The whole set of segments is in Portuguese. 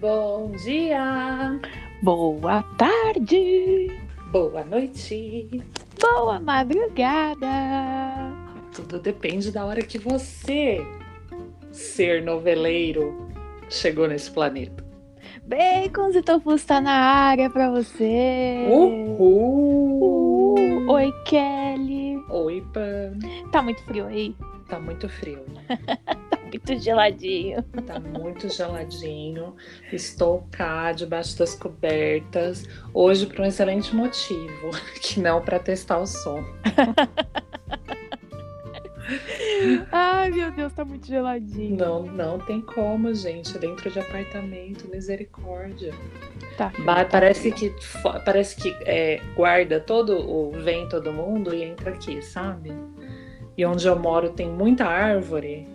Bom dia! Boa tarde! Boa noite! Boa madrugada! Tudo depende da hora que você, ser noveleiro, chegou nesse planeta. Bacons e Tofus tá na área pra você! Uhul! Uh, Oi, Kelly! Oi, Pan! Tá muito frio aí? Tá muito frio, Muito geladinho. tá muito geladinho. Estou cá, debaixo das cobertas, hoje por um excelente motivo, que não para testar o som. Ai, meu Deus, tá muito geladinho. Não, não tem como, gente, dentro de apartamento, misericórdia. Tá. Ba- parece que, fo- parece que é, guarda todo o vento do mundo e entra aqui, sabe? E onde eu moro tem muita árvore.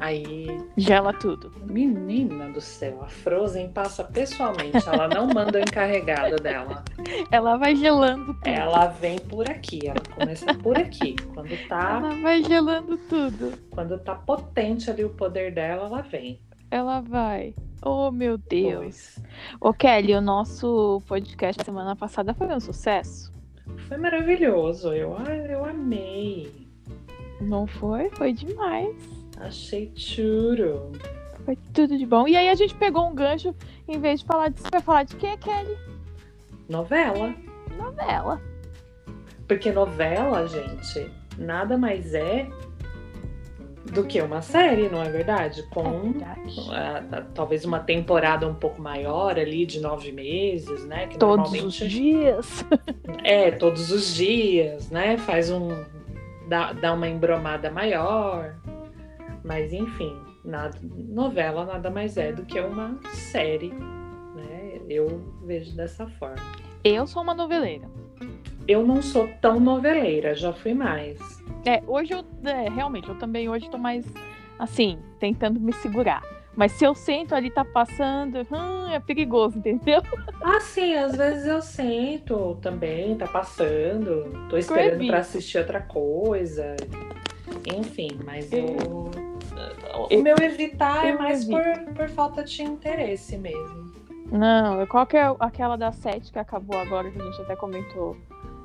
Aí, Gela tudo. menina do céu, a Frozen passa pessoalmente, ela não manda o encarregado dela. Ela vai gelando tudo. Ela vem por aqui, ela começa por aqui. Quando tá, Ela vai gelando tudo. quando tá potente ali o poder dela, ela vem. Ela vai. Oh, meu Deus. Pois. Ô, Kelly, o nosso podcast semana passada foi um sucesso. Foi maravilhoso, eu, ah, eu amei. Não foi? Foi demais. Achei churo. Foi tudo de bom. E aí a gente pegou um gancho, em vez de falar disso, vai falar de quê, Kelly? Novela. Novela. Porque novela, gente, nada mais é do que uma série, não é verdade? Com verdade. ah, tá- talvez uma temporada um pouco maior ali, de nove meses, né? Que Todos os normalmente dias. É, todos os dias, né? Faz um. dá, dá uma embromada maior. Mas, enfim, nada, novela nada mais é do que uma série, né? Eu vejo dessa forma. Eu sou uma noveleira. Eu não sou tão noveleira, já fui mais. É, hoje eu. é, realmente, eu também hoje tô mais assim, tentando me segurar. Mas se eu sento ali, tá passando, hum, é perigoso, entendeu? Ah, sim, às vezes eu sento também, tá passando, tô esperando Creepy. pra assistir outra coisa. Enfim, mas É. eu. O meu evitar é Eu mais por, evito. por falta de interesse mesmo. Não, qual que é aquela das sete que acabou agora, que a gente até comentou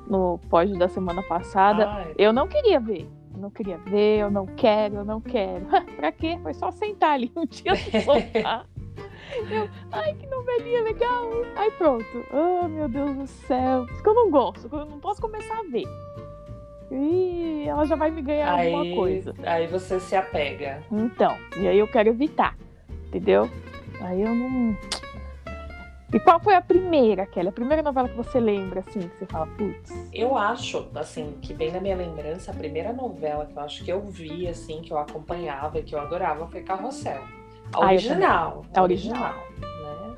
no pódio da semana passada? Ai, Eu não queria ver. Eu não queria ver, eu não quero, eu não quero. pra quê? Foi só sentar ali um dia no sofá. Eu, ai, que novelinha legal. Aí pronto. Oh, meu Deus do céu. Isso que eu não gosto, que eu não posso começar a ver. Ih, ela já vai me ganhar é alguma coisa. Aí você se apega. Então, e aí eu quero evitar, entendeu? Aí eu não. E qual foi a primeira, Kelly? A primeira novela que você lembra, assim, que você fala, putz. Eu acho, assim, que bem na minha lembrança, a primeira novela que eu acho que eu vi, assim, que eu acompanhava e que eu adorava foi Carrossel. A Ah, eu original. A original. Né?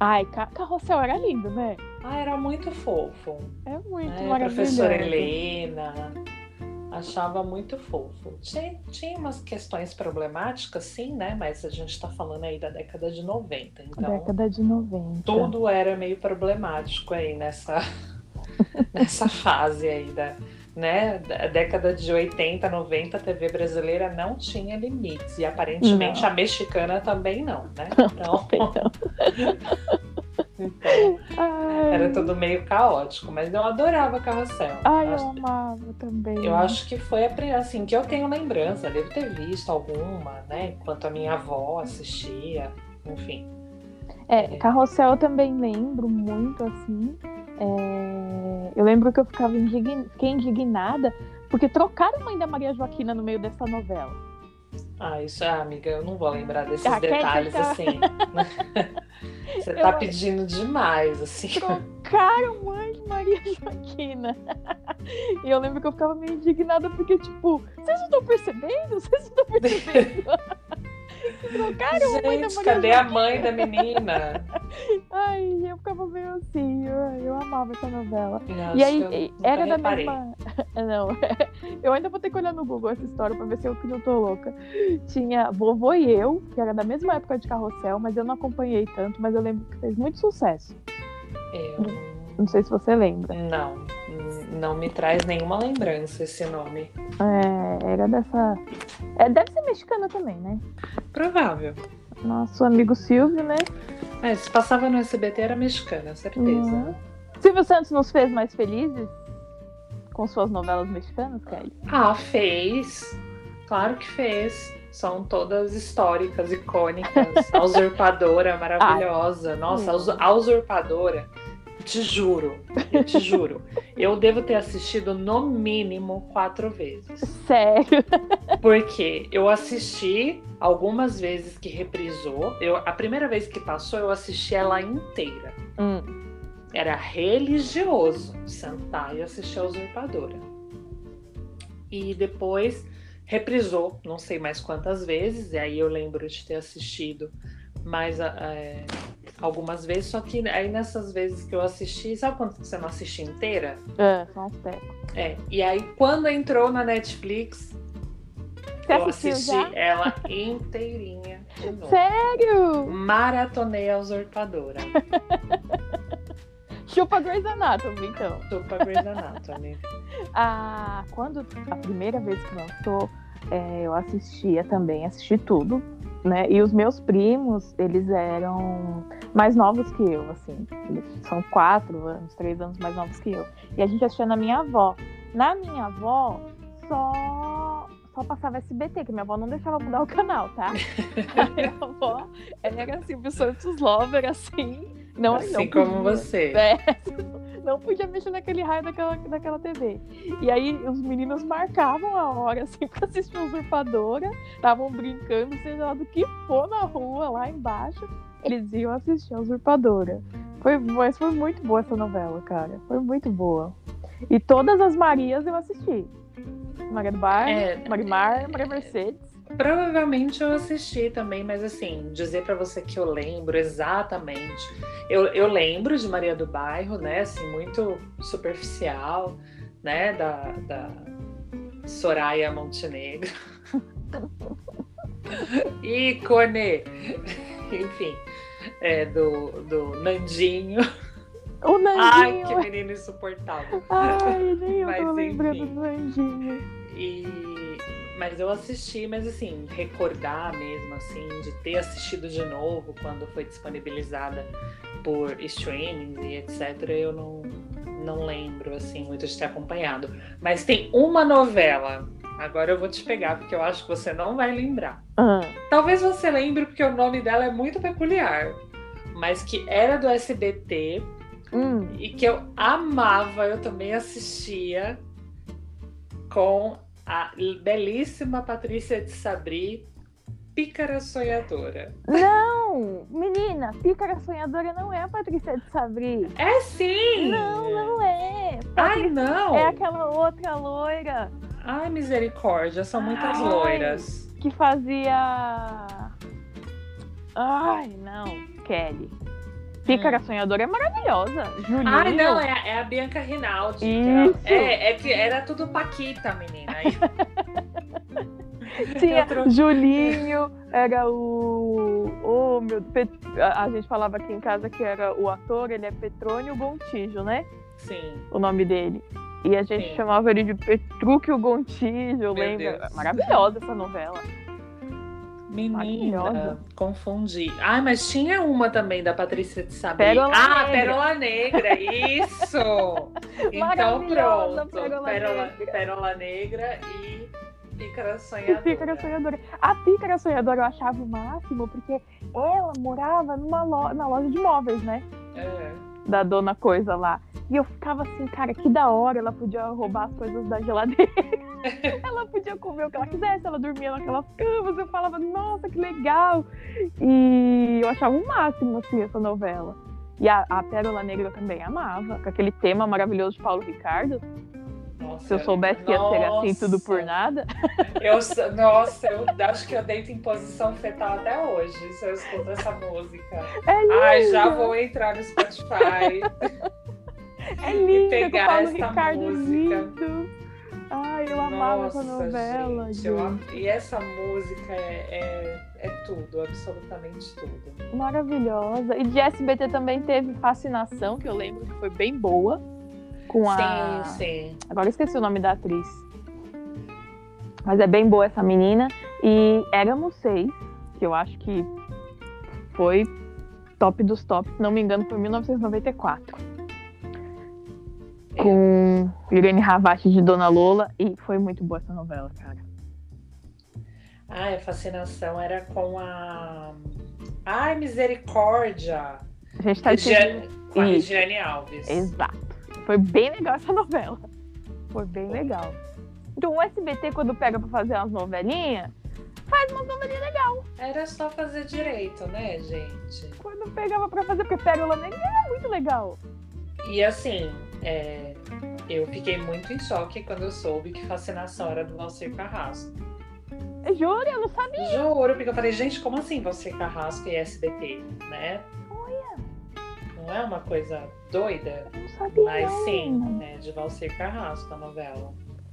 Ai, Ca- Carrossel era lindo, né? Ah, era muito fofo. É muito né? A maravilhoso. Professora Helena. Achava muito fofo. Tinha, tinha umas questões problemáticas, sim, né? Mas a gente tá falando aí da década de 90. Então, Década de 90. tudo era meio problemático aí nessa, nessa fase aí da, né? da década de 80, 90, a TV brasileira não tinha limites e aparentemente Não. a mexicana também não, né? Então, Então, então, ai, era tudo meio caótico, mas eu adorava Carrossel. ai, eu Acho- amava também. Eu acho que foi a primeira, assim, que eu tenho lembrança, devo ter visto alguma, né? Enquanto a minha avó assistia, enfim. É, Carrossel eu também lembro muito, assim. É, Eu lembro que eu ficava indign... fiquei indignada porque trocaram a mãe da Maria Joaquina no meio dessa novela. Ah, isso é, amiga, eu não vou lembrar desses Ah, quer detalhes tentar? assim. Você Eu tá acho- pedindo demais, assim. Trocaram mãe de Maria Joaquina. E eu lembro que eu ficava meio indignada porque, tipo, vocês não estão percebendo? Vocês não estão percebendo? Trocaram a mãe da Gente, Maria cadê a mãe da menina? Ai, eu ficava meio assim, eu, eu amava essa novela. Não, e acho aí, que eu e- nunca era da reparei. mesma. Não, eu ainda vou ter que olhar no Google essa história pra ver se eu que não tô louca. Tinha Vovô e Eu, que era da mesma época de Carrossel, mas eu não acompanhei tanto, mas eu lembro que fez muito sucesso. Eu... Não sei se você lembra. Não, n- não me traz nenhuma lembrança esse nome. É, era dessa. É, deve ser mexicana também, né? Provável. nosso amigo Silvio, né? É, se passava no SBT era mexicana, certeza. Uhum. Silvio Santos nos fez mais felizes com suas novelas mexicanas, é Kelly? Ah, fez. Claro que fez. São todas históricas, icônicas. A usurpadora maravilhosa. Nossa, a usu- a usurpadora. Te juro, eu te juro. Eu devo ter assistido no mínimo quatro vezes. Sério. Porque eu assisti algumas vezes que reprisou. Eu, a primeira vez que passou, eu assisti ela inteira. Hum. Era religioso sentar e assistir a Usurpadora. E depois reprisou, não sei mais quantas vezes, e aí eu lembro de ter assistido mais a- é, algumas vezes, só que aí nessas vezes que eu assisti, sabe quando você não assiste inteira? É, só uns pés. É, e aí quando entrou na Netflix, Você eu assistiu assisti já? ela inteirinha de novo. Sério? Maratonei a usurpadora. Chupa Grey's Anatomy, então. Super Grey's Anatomy. Ah, quando a primeira vez que lançou, é, eu assistia também, assisti tudo, né? E os meus primos, eles eram mais novos que eu, assim. Eles são quatro anos, três anos mais novos que eu. E a gente assistia na minha avó. Na minha avó, só, só passava SBT, que minha avó não deixava mudar o canal, tá? minha avó era Silvio Santos Lover, assim. Não, assim não como podia. você. É, não podia mexer naquele raio daquela, daquela TV. E aí os meninos marcavam a hora, assim, pra assistir Usurpadora, estavam brincando, seja lá do que for na rua, lá embaixo, eles iam assistir a Usurpadora. Foi, mas foi muito boa essa novela, cara. Foi muito boa. E todas as Marias eu assisti. Maria do Bar, É. Marimar, Maria Mercedes. Provavelmente eu assisti também, mas assim, dizer pra você que eu lembro exatamente. Eu, eu lembro de Maria do Bairro, né? Assim, muito superficial, né? Da, da Soraya Montenegro. Ícone! Enfim, é, do, do Nandinho. O Ai, Nandinho. que Ai, menino insuportável. nem eu Mas, tô lembrando enfim. do Nandinho. E... Mas eu assisti, mas assim, recordar mesmo, assim, de ter assistido de novo quando foi disponibilizada por streamings e etc., eu não, não lembro, assim, muito de ter acompanhado. Mas tem uma novela, agora eu vou te pegar, porque eu acho que você não vai lembrar. Ah, Talvez você lembre, porque o nome dela é muito peculiar, mas que era do SBT hum, e que eu amava, eu também assistia com a belíssima Patrícia de Sabri, Pícara Sonhadora. Não, menina, pícara sonhadora não é a Patrícia de Sabri. É sim! Não, não é. Ai, não! É aquela outra loira Ai, misericórdia, são muitas Ai. loiras. que fazia. Ai, não, Kelly. Pícara sonhadora é maravilhosa. Julinho. Hum. Ai, não, é, é a Bianca Rinaldi. que era- Isso. É, é que era tudo Paquita, menina. Aí- Tinha outro- Julinho, era o. Oh, meu. Pet- A a gente falava aqui em casa que era o ator, ele é Petrônio Gontijo, né? Sim. o nome dele. E a gente Sim. chamava ele de Petrúquio Gontijo, Meu lembra? Deus. Maravilhosa essa novela. Menina, Maravilhosa. confundi. Ai, mas tinha uma também da Patrícia de Sabri. Pérola ah, Negra. Pérola Negra, isso! então Maravilhosa, pronto. Pérola Pérola, Negra. Pérola Negra e Pícara E Sonhadora. Pícara é Sonhadora. A Pícara é Sonhadora eu achava o máximo, porque ela morava numa lo- na loja de móveis, né? É. Da dona coisa lá. E eu ficava assim, cara, que da hora, ela podia roubar as coisas da geladeira. ela podia comer o que ela quisesse, ela dormia naquelas camas, eu falava, nossa, que legal. E eu achava o máximo, assim, essa novela. E a, a Pérola Negra eu também amava, com aquele tema maravilhoso de Paulo Ricardo. Nossa, Se eu soubesse que ia ser assim, tudo por É. nossa. nada. Eu, sou- nossa, eu acho que eu deito em posição fetal até hoje, se eu escuto essa música. É lindo, Ai, já vou entrar no Spotify. é lindo, com o pegar Paulo essa Ricardo música. lindo. Ai, eu amava Nossa, essa novela. gente, eu gente. am- E essa música é, é, é tudo, absolutamente tudo. Maravilhosa. E de SBT também teve Fascinação, que eu lembro que foi bem boa. Com a. Sim, sim. Agora eu esqueci o nome da atriz. Mas é bem boa essa menina. E Éramos Seis, que eu acho que foi top dos tops, se não me engano, foi 1994. Com Irene Ravache de Dona Lola. E foi muito boa essa novela, cara. Ai, a fascinação era com a. Ai, misericórdia! A gente tá Regiane- Com a Isso. Regiane Alves. Exato. Foi bem legal essa novela. Foi bem legal. Então o SBT, quando pega pra fazer umas novelinhas, faz umas novelinhas legais. Era só fazer direito, né, gente? Quando pegava pra fazer, porque Pérola Negra era muito legal. E assim, é, eu fiquei muito em choque quando eu soube que fascinação era do Valsir Carrasco. Juro, eu não sabia. Juro, porque eu falei, gente, como assim Valsir Carrasco e SBT, né? Não é uma coisa doida, Eu não sabia. mas não. sim, né? De Valsir Carrasco, a novela.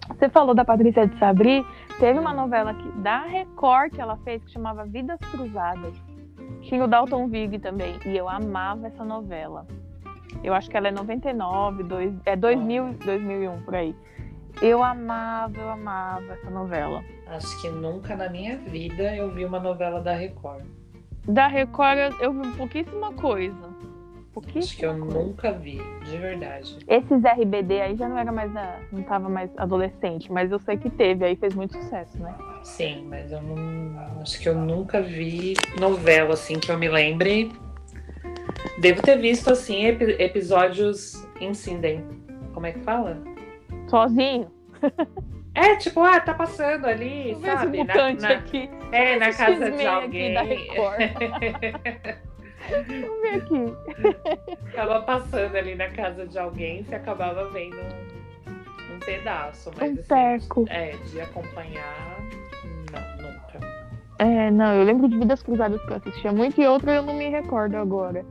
Você falou da Patrícia de Sabri. Teve uma novela aqui da Record que ela fez que chamava Vidas Cruzadas. Tinha o Dalton Vig também. E eu amava essa novela. Eu acho que ela é 99, dois, é 2000, 2001, por aí. Eu amava, eu amava essa novela. Acho que nunca na minha vida eu vi uma novela da Record. Da Record eu- eu vi pouquíssima coisa. Acho que Pouquíssima eu coisa. nunca vi, de verdade. Esses RBD aí já não era mais, da- não tava mais adolescente, mas eu sei que teve, aí fez muito sucesso, né? Sim, mas eu não. Acho que eu nunca vi novela assim que eu me lembre. Devo ter visto assim epi- episódios incidem. Como é que fala? Sozinho. É tipo, ah, tá passando ali, Vê esse sabe? um mutante na, aqui. é, na Esse casa X-Men de alguém. Aqui da Record. Vamos ver aqui. Acaba passando ali na casa de alguém, você acabava vendo um, um pedaço, mas Um assim, teco. é, de acompanhar, não, nunca. É, não, eu lembro de Vidas Cruzadas que eu assistia muito e outra eu não me recordo agora.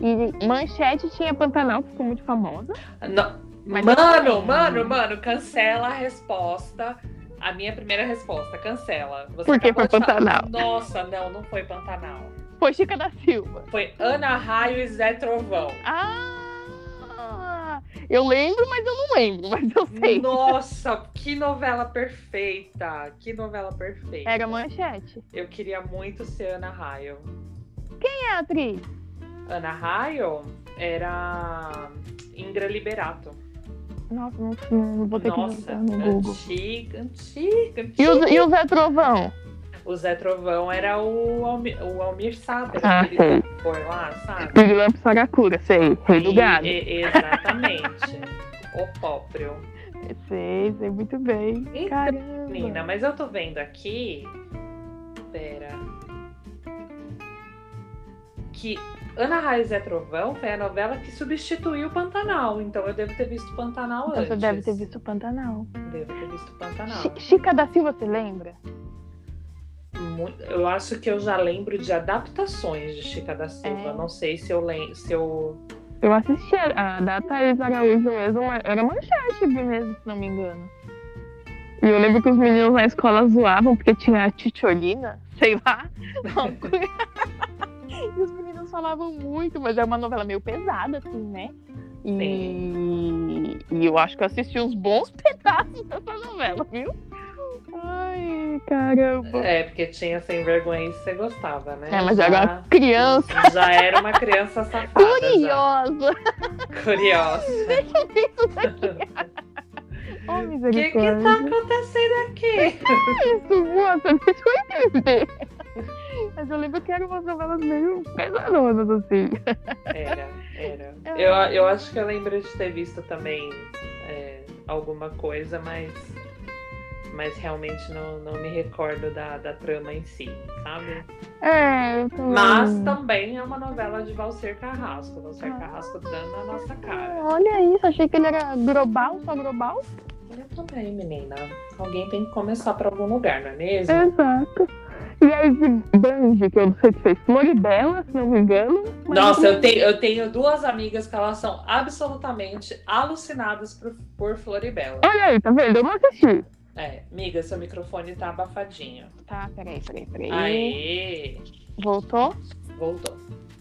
E Manchete tinha Pantanal, que ficou muito famosa. Não. Mas- mano, mano, mano, cancela a resposta. A minha primeira resposta, cancela. Você Por que acabou foi de falar- Pantanal? Nossa, não, não foi Pantanal. Foi Chica da Silva. Foi Ana Raio e Zé Trovão. Ah! Eu lembro, mas eu não lembro, mas eu sei. Nossa, que novela perfeita! Que novela perfeita. Era Manchete. Eu queria muito ser Ana Raio. Quem é a atriz? Ana Raio era Ingra Liberato. Nossa, não, não vou ter que Nossa, é jogar no Google. antiga, antiga, antiga. E o, e o Zé Trovão? O Zé Trovão era o Almir, o Almir Sater, Ah, aquele sei. por lá, sabe? Pirilampo Saracura, sei. Rei do E- Gado. e- exatamente. o próprio. Sei, sei muito bem. Então, Caramba. Menina, mas eu tô vendo aqui. Pera. Que Ana Raiz é Trovão foi a novela que substituiu o Pantanal. Então eu devo ter visto Pantanal Então antes. você deve ter visto o Pantanal. Devo ter visto Pantanal. Chi- Chica da Silva, você lembra? Mu- Eu acho que eu já lembro de adaptações de Chica da Silva. É. Não sei se eu lembro. Se eu... Eu assisti a, a da Thaís Araújo mesmo, mas era manchete mesmo, se não me engano. E eu lembro que os meninos na escola zoavam porque tinha a Titiolina, sei lá. uma coisa. e os meninos falavam muito, mas é uma novela meio pesada, assim, né? E, e eu acho que eu assisti uns bons pedaços dessa novela, viu? Ai, caramba. É, porque tinha sem vergonha e você gostava, né? É, mas era uma criança já, já era uma criança safada. já. curiosa. Curiosa. Isso daqui. Oh, O que, que misericórdia. tá acontecendo aqui? isso, moça, deixa eu entender. Mas eu lembro que eram umas novelas meio pesadonas, assim. Era, era. Ah. Eu, eu acho que eu lembro de ter visto também é, alguma coisa, mas, mas realmente não, não me recordo da, da trama em si, sabe? É, eu também. Mas também é uma novela de Valser Carrasco. Valser Ah. Carrasco dando a nossa cara. Ah, Olha isso, achei que ele era global, só global. Eu também, menina. Alguém tem que começar por algum lugar, não é mesmo? Exato. E aí, de Band, que eu não sei se fez Floribela, se não me engano. mas- Nossa, eu tenho, eu tenho duas amigas que elas são absolutamente alucinadas por, por Floribela. Olha aí, tá vendo? Eu não assisti. É, amiga, seu microfone tá abafadinho. Tá, peraí, peraí, peraí. Aê! Voltou? Voltou.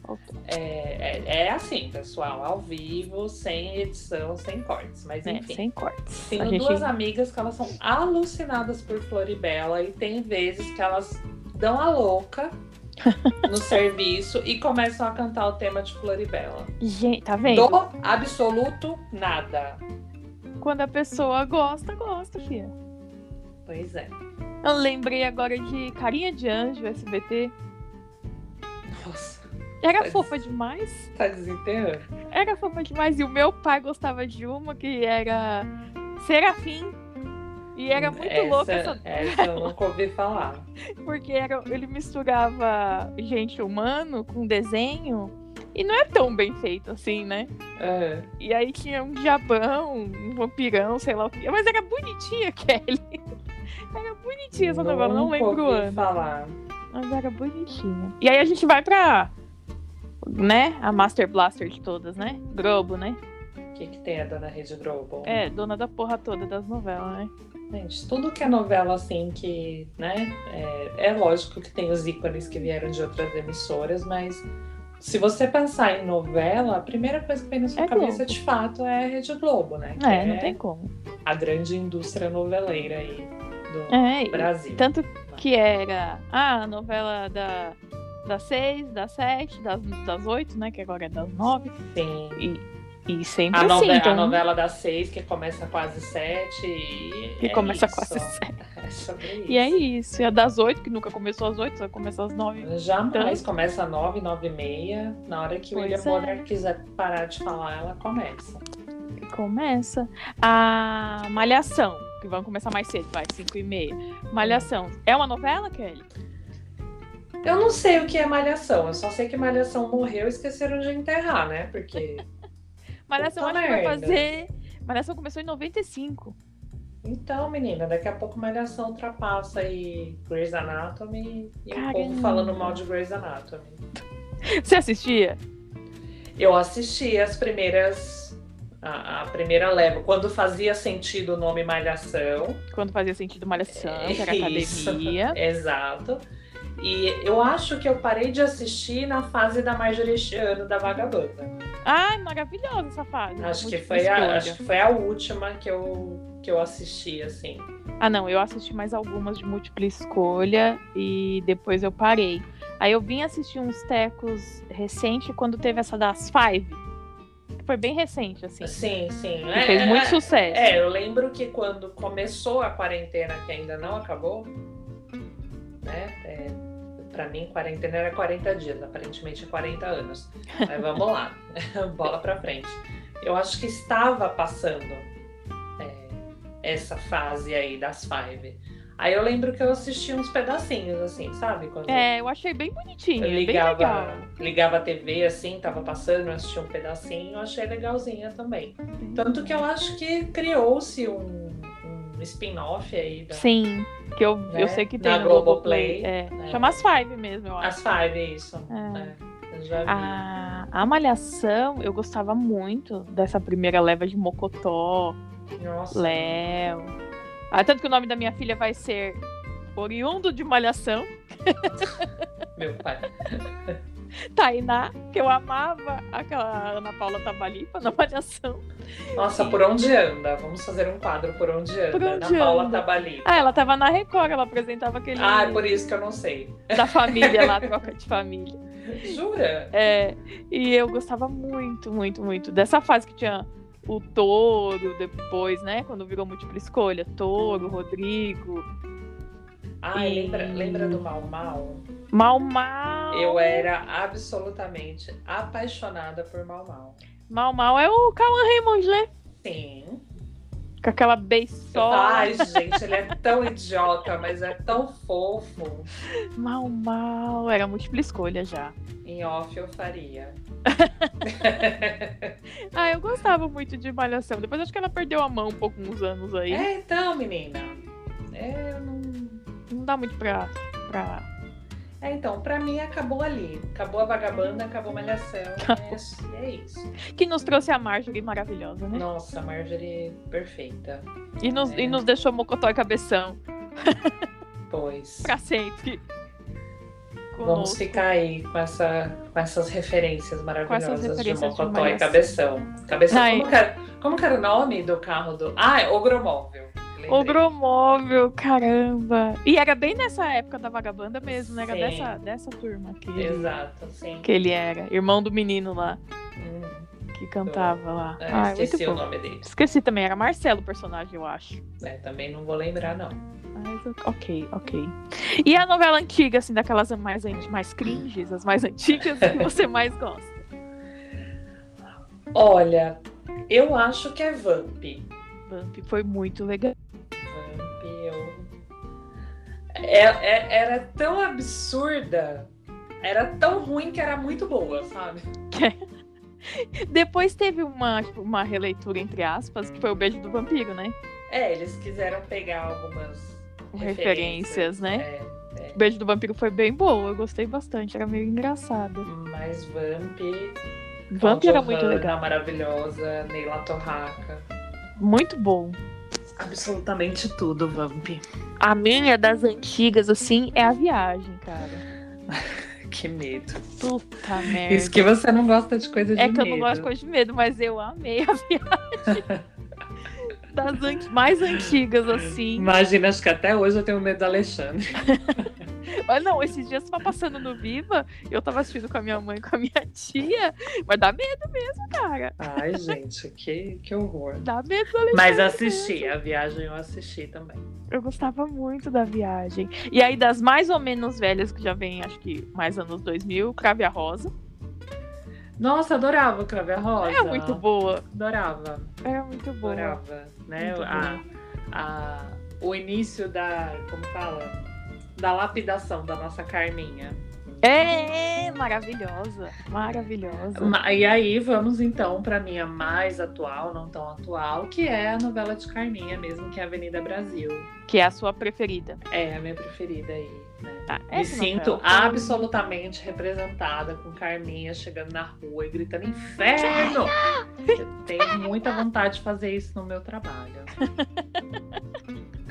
Voltou. É, é, é assim, pessoal, ao vivo, sem edição, sem cortes. Mas É, enfim. sem cortes. Tenho A gente- duas amigas que elas são alucinadas por Floribela e tem vezes que elas dão a louca no serviço e começam a cantar o tema de Floribela. Gente, tá vendo? Do absoluto nada. Quando a pessoa gosta, gosta, filha. Pois é. Eu lembrei agora de Carinha de Anjo, SBT. Nossa, Era Pois. fofa demais. tá desenterrando. Era fofa demais. E o meu pai gostava de uma que era Serafim. E era muito essa, louca essa. Essa eu nunca ouvi falar. Porque era, ele misturava gente humano com desenho. E não é tão bem feito assim, né? É. E aí tinha um jabão, um vampirão, sei lá o que. Mas era bonitinha, Kelly. Era bonitinha essa novela, não É, Nunca lembro o ouvi ano. falar. Mas era bonitinha. E aí a gente vai pra. Né? A Master Blaster de todas, né? Globo, né? O que, que tem a dona Rede Globo? É, dona da porra toda das novelas, né? Gente, tudo que é novela assim que, né? É, é lógico que tem os ícones que vieram de outras emissoras, mas se você pensar em novela, a primeira coisa que vem na sua É cabeça Globo. de fato é a Rede Globo, né? Que É, não tem como. a grande indústria noveleira aí do É, e- Brasil. tanto que era ah, a novela da, das seis, das sete, das, das oito, né? Que agora é das nove. Sim. E, e sempre A, assim. nove- então, a novela das seis, que começa quase sete. E Que é começa isso. quase sete. É sobre isso. E é isso. E a das oito, que nunca começou às oito, só começa às nove. Jamais começa às nove, nove e meia. Na hora que o Então, é. Pois William é. Bonner quiser parar de falar, ela começa. Começa. A Malhação, que vão começar mais cedo, vai, cinco e meia. Malhação. É uma novela, Kelly? Eu não sei o que é Malhação. Eu só sei que Malhação morreu e esqueceram de enterrar, né? Porque. Malhação Puta acho que vai merda. fazer. Malhação começou em 95. Então, menina, daqui a pouco Malhação ultrapassa aí Grey's Anatomy e o povo Caramba. falando mal de Grey's Anatomy. Você assistia? Eu assisti as primeiras. A, a primeira leva, quando fazia sentido o nome Malhação. Quando fazia sentido Malhação, que era É, Isso. academia. Exato. E eu acho que eu parei de assistir na fase da Marjorie este ano da Vagabanda. Ai, maravilhosa essa fase. Acho que, Múltipla foi a, escolha. acho que foi a última que eu, que eu assisti, assim. Ah, não, eu assisti mais algumas de múltipla escolha e depois eu parei. Aí eu vim assistir uns tecos recente quando teve essa das Five. que Foi bem recente, assim. Sim, sim. que fez muito sucesso. é, eu lembro que quando começou a quarentena, que ainda não acabou, né? É, pra mim, quarentena era 40 dias, aparentemente é 40 anos. Mas vamos lá, bola pra frente. Eu acho que estava passando é, essa fase aí das Five. Aí eu lembro que eu assisti uns pedacinhos, assim, sabe? Quando É, eu achei bem bonitinho, é eu bem legal. ligava, ligava a TV, assim, tava passando, eu assistia um pedacinho, eu achei legalzinha também. Tanto que eu acho que criou-se um, um spin-off aí da, Sim, que eu, Né? eu sei que tem Na no Globoplay. Globoplay, É, né? Chama as Five mesmo, eu acho. As Five, isso. É. Ah, É, eu já vi. A, a Malhação, eu gostava muito dessa primeira leva de Mocotó, Nossa. Léo. Ah, tanto que o nome da minha filha vai ser Oriundo de Malhação, Meu pai. Tainá, que eu amava aquela Ana Paula Tabalipa na Malhação. Nossa, por onde anda? Vamos fazer um quadro por onde anda. Por onde Ana Paula anda? Tabali. Ah, ela tava na Record, ela apresentava aquele Ah, é por isso que eu não sei. da família lá, troca de família. Jura? É, e eu gostava muito, muito, muito dessa fase que tinha o touro depois, né? Quando virou múltipla escolha. Touro, Rodrigo, Ai, lembra, Hum. lembra do Mal Mal? Mal Mal. Eu era absolutamente apaixonada por Mal Mal. Mal Mal é o Cauã Raymond, né? Sim. Com aquela Eu beisola. Ai, gente, ele é tão idiota, mas é tão fofo. Mal Mal. Era múltipla escolha já. Em off eu faria. Ah, eu gostava muito de Malhação. Depois acho que ela perdeu a mão um pouco uns anos aí. É, então, menina. É, eu não... Não dá muito pra. pra... É, então, pra mim acabou ali. Acabou a vagabanda, acabou a malhação. É, é isso. Que nos trouxe a Marjorie maravilhosa, né? Nossa, Marjorie perfeita. E nos, É. e nos deixou mocotó e cabeção Pois. pra sempre. Vamos Conosco. ficar aí com, essa, com essas referências maravilhosas referências de de Mocotó e Malhação. Cabeção. Cabeção, Ai. como que, era, como que era o nome do carro do. Ah, é Ogromóvel. é lembrei. Ogromóvel, caramba. E era bem nessa época da vagabanda mesmo, né? Era Sim. dessa, dessa turma que ele, Exato, sim. que ele era. Irmão do menino lá, Hum, que cantava lá. eu Ai, muito É, esqueci o bom. nome dele. Esqueci também, era Marcelo o personagem, eu acho. É, também não vou lembrar, não. Mas, ok, ok. E a novela antiga, assim, daquelas mais, an- mais cringes, as mais antigas, que você mais gosta? Olha, eu acho que é Vamp. Vamp foi muito legal. Vamp, eu. É- é- era tão absurda, era tão ruim que era muito boa, sabe? Depois teve uma, tipo, uma releitura, entre aspas, que foi o Beijo do Vampiro, né? É, eles quiseram pegar algumas Referências, né? É, O Beijo do Vampiro foi bem boa, eu gostei bastante, era meio engraçada. mas Vamp. Vamp era muito Giovanna, legal, Maravilhosa, Neila Torraca. muito bom. Absolutamente tudo, Vamp. A minha é das antigas, assim, é a viagem, cara. Que medo. Puta merda. Isso que você não gosta de coisa de É que eu não medo. gosto de coisa de medo, mas eu amei a viagem. das anti- mais antigas, assim. Imagina, acho que até hoje eu tenho medo do Alexandre. Mas Ah, não, esses dias tava passando no Viva, eu tava assistindo com a minha mãe e com a minha tia. Mas dá medo mesmo, cara. Ai, gente, que, que horror. Dá medo do Alexandre. Mas assisti, a viagem eu assisti também. Eu gostava muito da viagem. E aí, das mais ou menos velhas, que já vem, acho que mais anos 2000, Crave a Rosa. Nossa, adorava o Crave a Rosa. É muito boa. Adorava, É muito boa. adorava. Né? Muito a, a- o início da, como fala? Da lapidação da nossa Carminha. É, maravilhosa. Maravilhosa. Ma- E aí, vamos então para minha mais atual, não tão atual, que é a novela de Carminha mesmo, que é Avenida Brasil. Que é a sua preferida. É a minha preferida aí. Né? Tá, Me essa sinto novela foi- absolutamente representada com Carminha chegando na rua e gritando Hum, inferno. Eu tenho muita vontade de fazer isso no meu trabalho.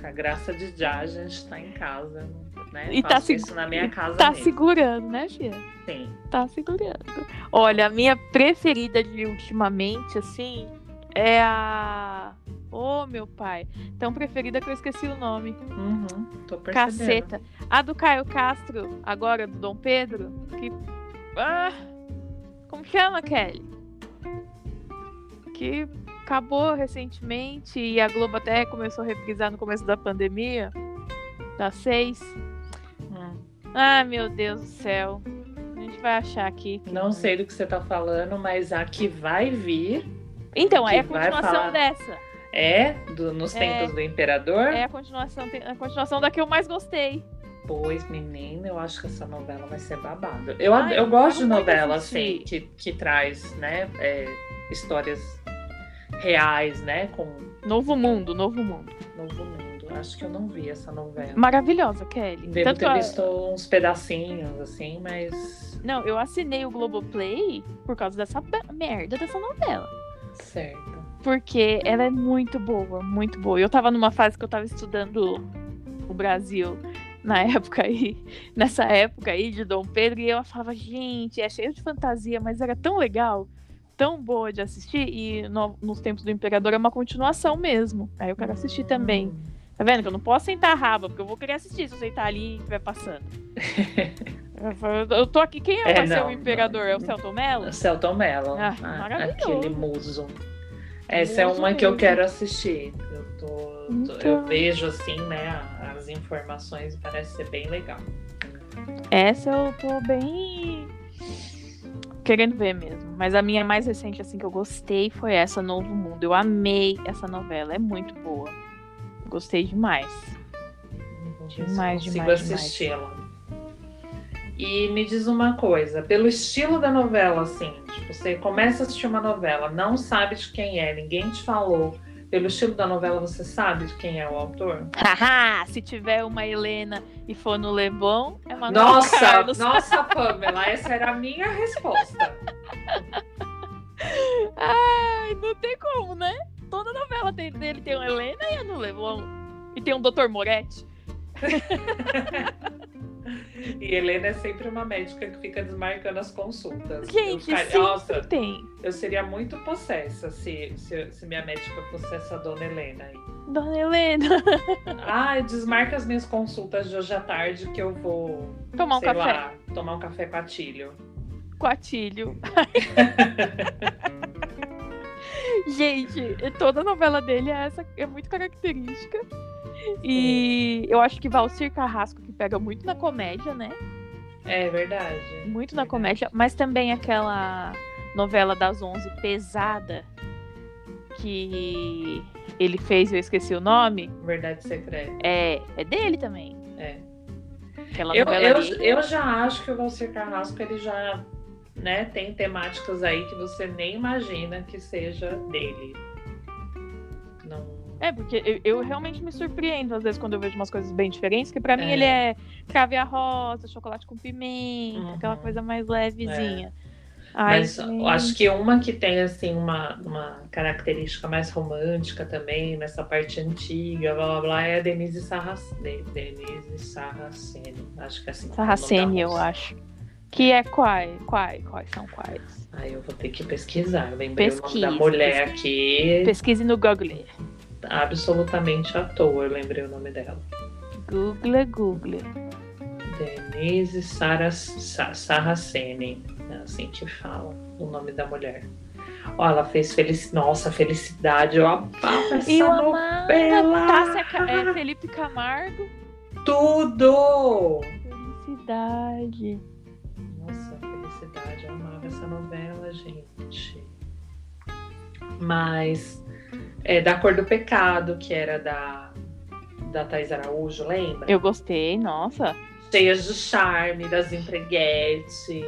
com a graça de já a gente tá em casa, né? E tá Faço se- isso na minha casa Tá mesmo. segurando, né, Fia? Sim. Tá segurando. Olha, a minha preferida de ultimamente, assim, é a. Ô, meu pai. Tão preferida que eu esqueci o nome. Uhum, tô percebendo. Caceta. A do Caio Castro, agora do Dom Pedro, que. Ah, como chama, Kelly? Que acabou recentemente e a Globo até começou a reprisar no começo da pandemia. Da 6. Hum, Ah, meu Deus do céu. A gente vai achar aqui. que Não sei do que você tá falando, mas a que vai vir Então, que é a vai continuação falar. dessa. é do- nos É. tempos do imperador. É a continuação, tem- a continuação da que eu mais gostei. Pois, menina, eu acho que essa novela vai ser babado. Eu, ad- Ai, eu gosto de Ah, eu não vou novela, assim, assistir. que, que traz, né, é, histórias reais, né, com Novo Mundo, Novo Mundo. Novo Mundo. Acho que eu não vi essa novela. Maravilhosa, Kelly. Devo Tanto ter a- visto uns pedacinhos, assim, mas... Não, eu assinei o Globoplay por causa dessa ba- merda dessa novela. Certo. Porque ela é muito boa, muito boa. Eu tava numa fase que eu tava estudando o Brasil na época aí, nessa época aí de Dom Pedro, e eu falava, gente, é cheio de fantasia, mas era tão legal, tão boa de assistir, e no- nos tempos do Imperador é uma continuação mesmo. Aí eu quero assistir também. Hum. Tá vendo que eu não posso sentar a raba, porque eu vou querer assistir se eu sentar ali e estiver passando. Eu falo, Eu tô aqui, quem é, É, vai ser não, o imperador? não. É o Celton Mello? Hum, Celton Mello. Ah, a- maravilhoso. aquele muso. Essa é Muso uma que eu mesmo. quero assistir. Eu, tô- tô- eu Então. vejo, assim, né, a- as informações e parece ser bem legal. Essa eu tô bem querendo ver mesmo. Mas a minha mais recente, assim, que eu gostei foi essa Novo Mundo. Eu amei essa novela, é muito boa. Gostei demais. Vou ver se Demais, eu consigo demais, demais. assisti-la. E me diz uma coisa, pelo estilo da novela, assim, tipo, você começa a assistir uma novela, não sabe de quem é, ninguém te falou. Pelo estilo da novela, você sabe de quem é o autor? Haha, se tiver uma Helena e for no Leblon, é Manuel nossa, Carlos. nossa, Pamela, essa era a minha resposta. Ai, não tem como, né? Toda novela tem, dele tem uma Helena e a no Leblon. E tem um Dr. Moretti. E Helena é sempre uma médica que fica desmarcando as consultas. Gente, eu, sempre ficaria- nossa, tem. eu seria muito possessa se, se, se minha médica fosse essa dona Helena aí. Dona Helena, Ah, desmarca as minhas consultas de hoje à tarde que eu vou, tomar um sei café lá, tomar um café com a Tílio. com atilho. Gente, toda novela dele é essa, é muito característica. E eu acho que Valcir Carrasco, que pega muito na comédia, né? É verdade. Muito na Verdade. comédia, mas também aquela novela das 11 pesada que ele fez, eu esqueci o nome, Verdade secreta. é, é dele também. É. Aquela Eu, novela eu, ali. eu já acho que o Valcir Carrasco ele já né, tem temáticas aí que você nem imagina que seja dele. Não. É, porque eu, eu realmente me surpreendo às vezes quando eu vejo umas coisas bem diferentes, que pra mim É. ele é trave à rosa, chocolate com pimenta, Uhum. É. aquela coisa mais levezinha. Ai, Mas eu acho que é uma que tem assim uma, uma característica mais romântica também, nessa parte antiga, blá blá blá, é a Denise Sarraceni. Denise Sarraceni, acho que é assim. que é o nome da Sarracene, eu moça. acho. Que é quais? Quais? Quais são quais? Aí eu vou ter que pesquisar. Eu lembrei o nome Pesquisa, da mulher aqui, Pesquise no Google. absolutamente à toa, eu lembrei o nome dela. Google, Google. Denise Sara- Sa- Sarraceni, é assim que fala o nome da mulher. Ó, ela fez felicidade. Nossa, felicidade. Eu abafo essa E o novela. Amanda, novela! Tássia Ca- é, Felipe Camargo. Tudo! Felicidade. Nossa, felicidade. Eu amava essa novela, gente. Mas é da Cor do Pecado, que era da, da Thais Araújo, lembra? Eu gostei, nossa. Cheias de charme, das empreguete,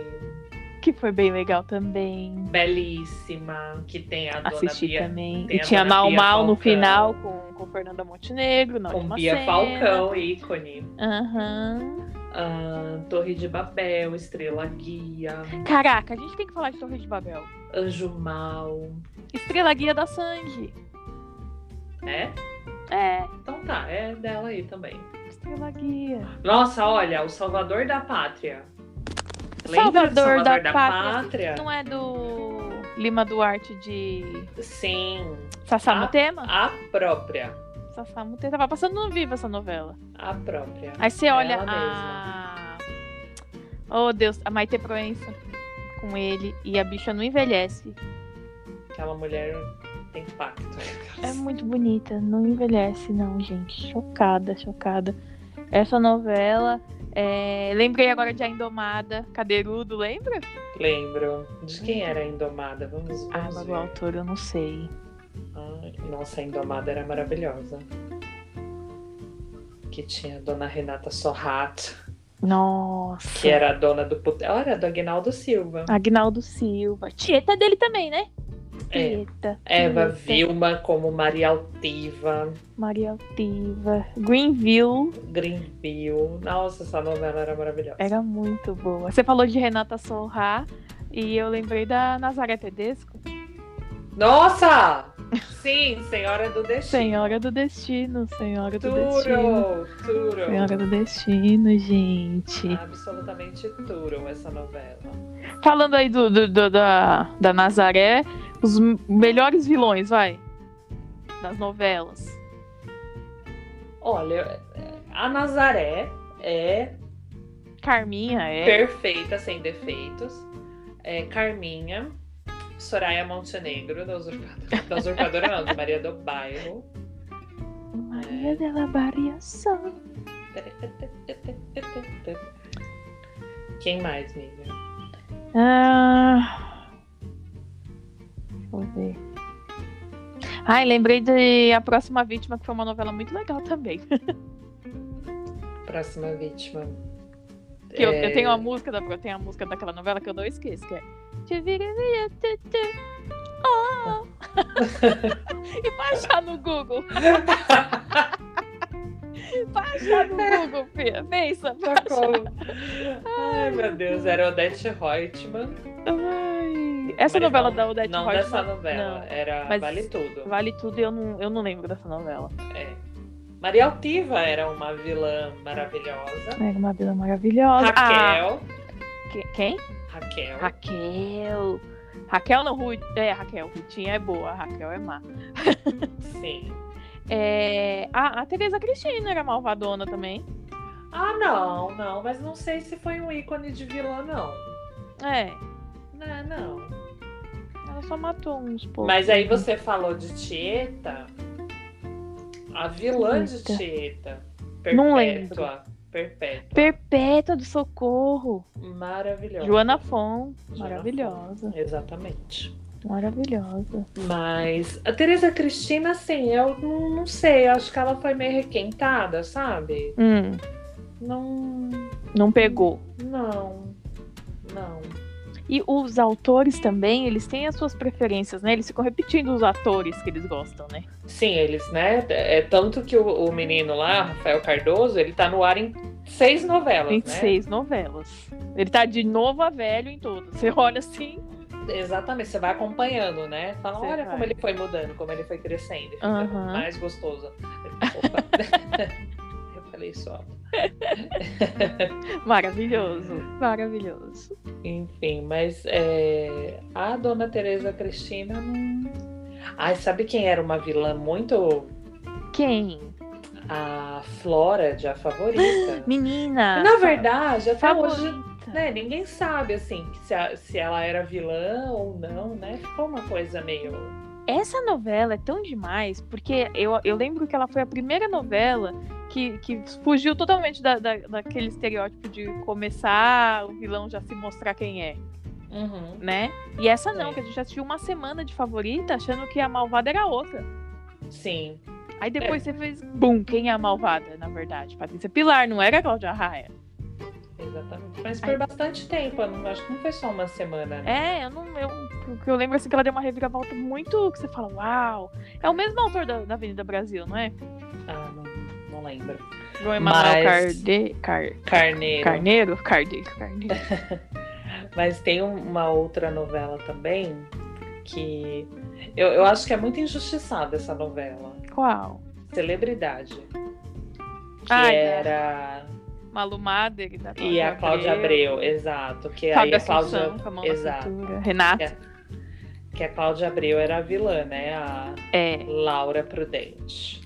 Que foi bem legal também. belíssima, que tem a dona Assisti Bia também. tem E a tinha dona Mal Bia Mal no Falcão. final com, com Fernanda Montenegro, na com última Bia cena. Falcão, ícone. Aham. Ah, Torre de Babel, Estrela Guia, Caraca, a gente tem que falar de Torre de Babel. Anjo Mal. Estrela Guia da Sandy. É? É, Então tá, é dela aí também. Estrela Guia. Nossa, olha, o Salvador da Pátria. Lembra do Salvador da Pátria? Não é do Lima Duarte de Sim, Sassamutema? a própria. Sassamutema. Tava passando no vivo essa novela. A própria. Aí você olha Ela a. Oh, Deus, a Maite Proença com ele e a bicha não envelhece. Aquela mulher tem pacto. É muito bonita, não envelhece, não, gente. Chocada, chocada. Essa novela. é, Lembrei agora de A Indomada, Cadeirudo, lembra? Lembro. De quem era a Indomada? Vamos, Ah, vamos mas o ver. autor eu não sei. Ai, nossa, a Indomada era maravilhosa. Que tinha a dona Renata Sorrato, Nossa. que é- era a dona do... put- Ela era do Aguinaldo Silva. Agnaldo Silva. Tieta é dele também, né? É. Tieta. Eva Tieta, Vilma como Maria Altiva. Maria Altiva. Greenville. Greenville. Nossa, essa novela era maravilhosa. Era muito boa. Você falou de Renata Sorrá e eu lembrei da Nazaré Tedesco, Nossa! Sim, Senhora do Destino. Senhora do Destino, Senhora do Destino. Turo, Turo. Senhora do Destino, gente. Absolutamente Turo essa novela. Falando aí do, do- do- da, da Nazaré, os m- melhores vilões, vai. Das novelas. Olha, a Nazaré é Carminha é. perfeita, sem defeitos. É Carminha, Soraya Montenegro, da Usurpadora, da usurpadora não, da Maria do Bairro. Maria dela Variação. Quem mais, Miriam? Ah, deixa eu ver. Ai, lembrei de A Próxima Vítima, que foi uma novela muito legal também. Próxima vítima. Que eu, É, eu tenho a música da, eu tenho a música daquela novela que eu não esqueço, que é. Te vira, vira, tu, tu. Oh. e vai achar no Google. Vai achar no Google, Fia. Pensa. vai achar. É, socorro. Ai, meu Deus, era Odete Reutemann. Ai, Essa Mas novela não- da Odete Não Reutemann, dessa novela, não. era Mas- Vale Tudo. Vale tudo, eu não, eu não lembro dessa novela. É. Maria Altiva era uma vilã maravilhosa. Era É uma vilã maravilhosa. Ah, Raquel. que- quem? Raquel. Raquel. Raquel não, Ruth. É, Raquel. Rutinha é boa, Raquel é má. Sim. É, a, a Tereza Cristina era malvadona também. Ah, não, não, mas não sei se foi um ícone de vilã, não. É, Não, não. ela só matou uns poucos. Mas aí você falou de Tieta. A vilã de Eita. Tieta. Não lembro. Perpétua. Perpétua. Perpétua do Socorro. Maravilhosa. Joana Fon. Então. Joana Maravilhosa. Exatamente. Maravilhosa. Mas a Tereza Cristina, assim, eu não, não sei, acho que ela foi meio requentada, sabe? Hum, Não. não pegou. Não. Não. E os autores também, eles têm as suas preferências, né? Eles ficam repetindo os atores que eles gostam, né? Sim, eles, né? É tanto que o, o menino lá, Rafael Cardoso, ele tá no ar em seis novelas, Tem né? seis novelas. Ele tá de novo a velho em todas. Você olha assim. Exatamente, você vai acompanhando, né? Fala, Você olha vai. como ele foi mudando, como ele foi crescendo, e fica Aham. mais gostoso. Opa. Eu falei só. Maravilhoso. Maravilhoso. Enfim, mas é, a dona Tereza Cristina não. Ai, sabe quem era uma vilã muito? Quem? A Flora de A Favorita. Menina. Na verdade, até hoje favorita. né, ninguém sabe assim que se, a- se ela era vilã ou não, né? Ficou uma coisa meio. Essa novela é tão demais, porque eu, eu lembro que ela foi a primeira novela que, que fugiu totalmente da, da, daquele estereótipo de começar o vilão já se mostrar quem é, né? E essa não, É. que a gente assistiu uma semana de favorita achando que a malvada era outra. Sim. Aí depois você fez, bum, quem é a malvada, na verdade? Patrícia Pilar, não era a Cláudia Raia. Exatamente. Mas por Ai. bastante tempo, eu não, acho que não foi só uma semana. né? É, eu não. Eu, o que eu lembro assim que ela deu uma reviravolta muito que você fala, uau. É o mesmo autor da, da Avenida Brasil, não é? Ah, não, não lembro. João Emanuel Mas- Carde, Car- Carneiro. Carneiro? Cardeiro, Carneiro. Mas tem um- uma outra novela também que eu, eu acho que é muito injustiçada essa novela. É. Qual? Celebridade. Que Ah, é. era. Malu Mader da Cláudia E a Cláudia Abreu, exato. Que aí Fábio a Cláudia. Assunção, é com a mão na Exato. cintura. Renata. Que a Cláudia Abreu era a vilã, né? A É. Laura Prudente.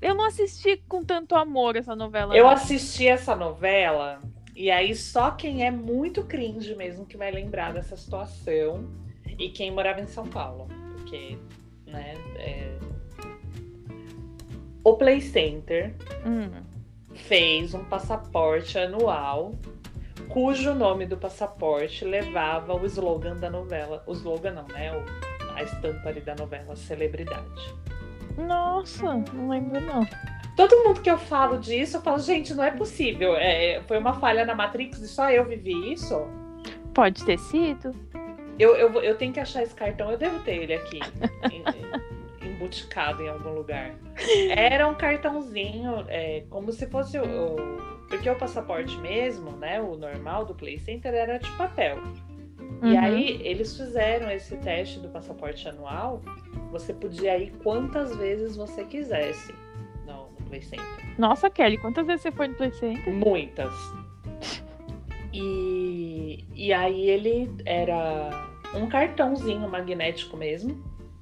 Eu não assisti com tanto amor essa novela. Eu não. assisti essa novela e aí só quem é muito cringe mesmo que vai lembrar dessa situação e quem morava em São Paulo, porque, né? é, O Play Center Hum. fez um passaporte anual cujo nome do passaporte levava o slogan da novela, o slogan não, né? o- A estampa ali da novela Celebridade. Nossa, não lembro não. Todo mundo que eu falo disso, eu falo, gente, não é possível. É, foi uma falha na Matrix e só eu vivi isso. Pode ter sido. Eu, eu, vou- eu tenho que achar esse cartão, eu devo ter ele aqui, em- embuticado em algum lugar. Era um cartãozinho, é, como se fosse o, o- Porque o passaporte mesmo, né? O normal do Play Center era de papel. E Uhum. aí eles fizeram esse teste do passaporte anual. Você podia ir quantas vezes você quisesse no- no Play Center. Nossa, Kelly, quantas vezes você foi no Play Center? Muitas. E, e aí ele era um cartãozinho magnético mesmo.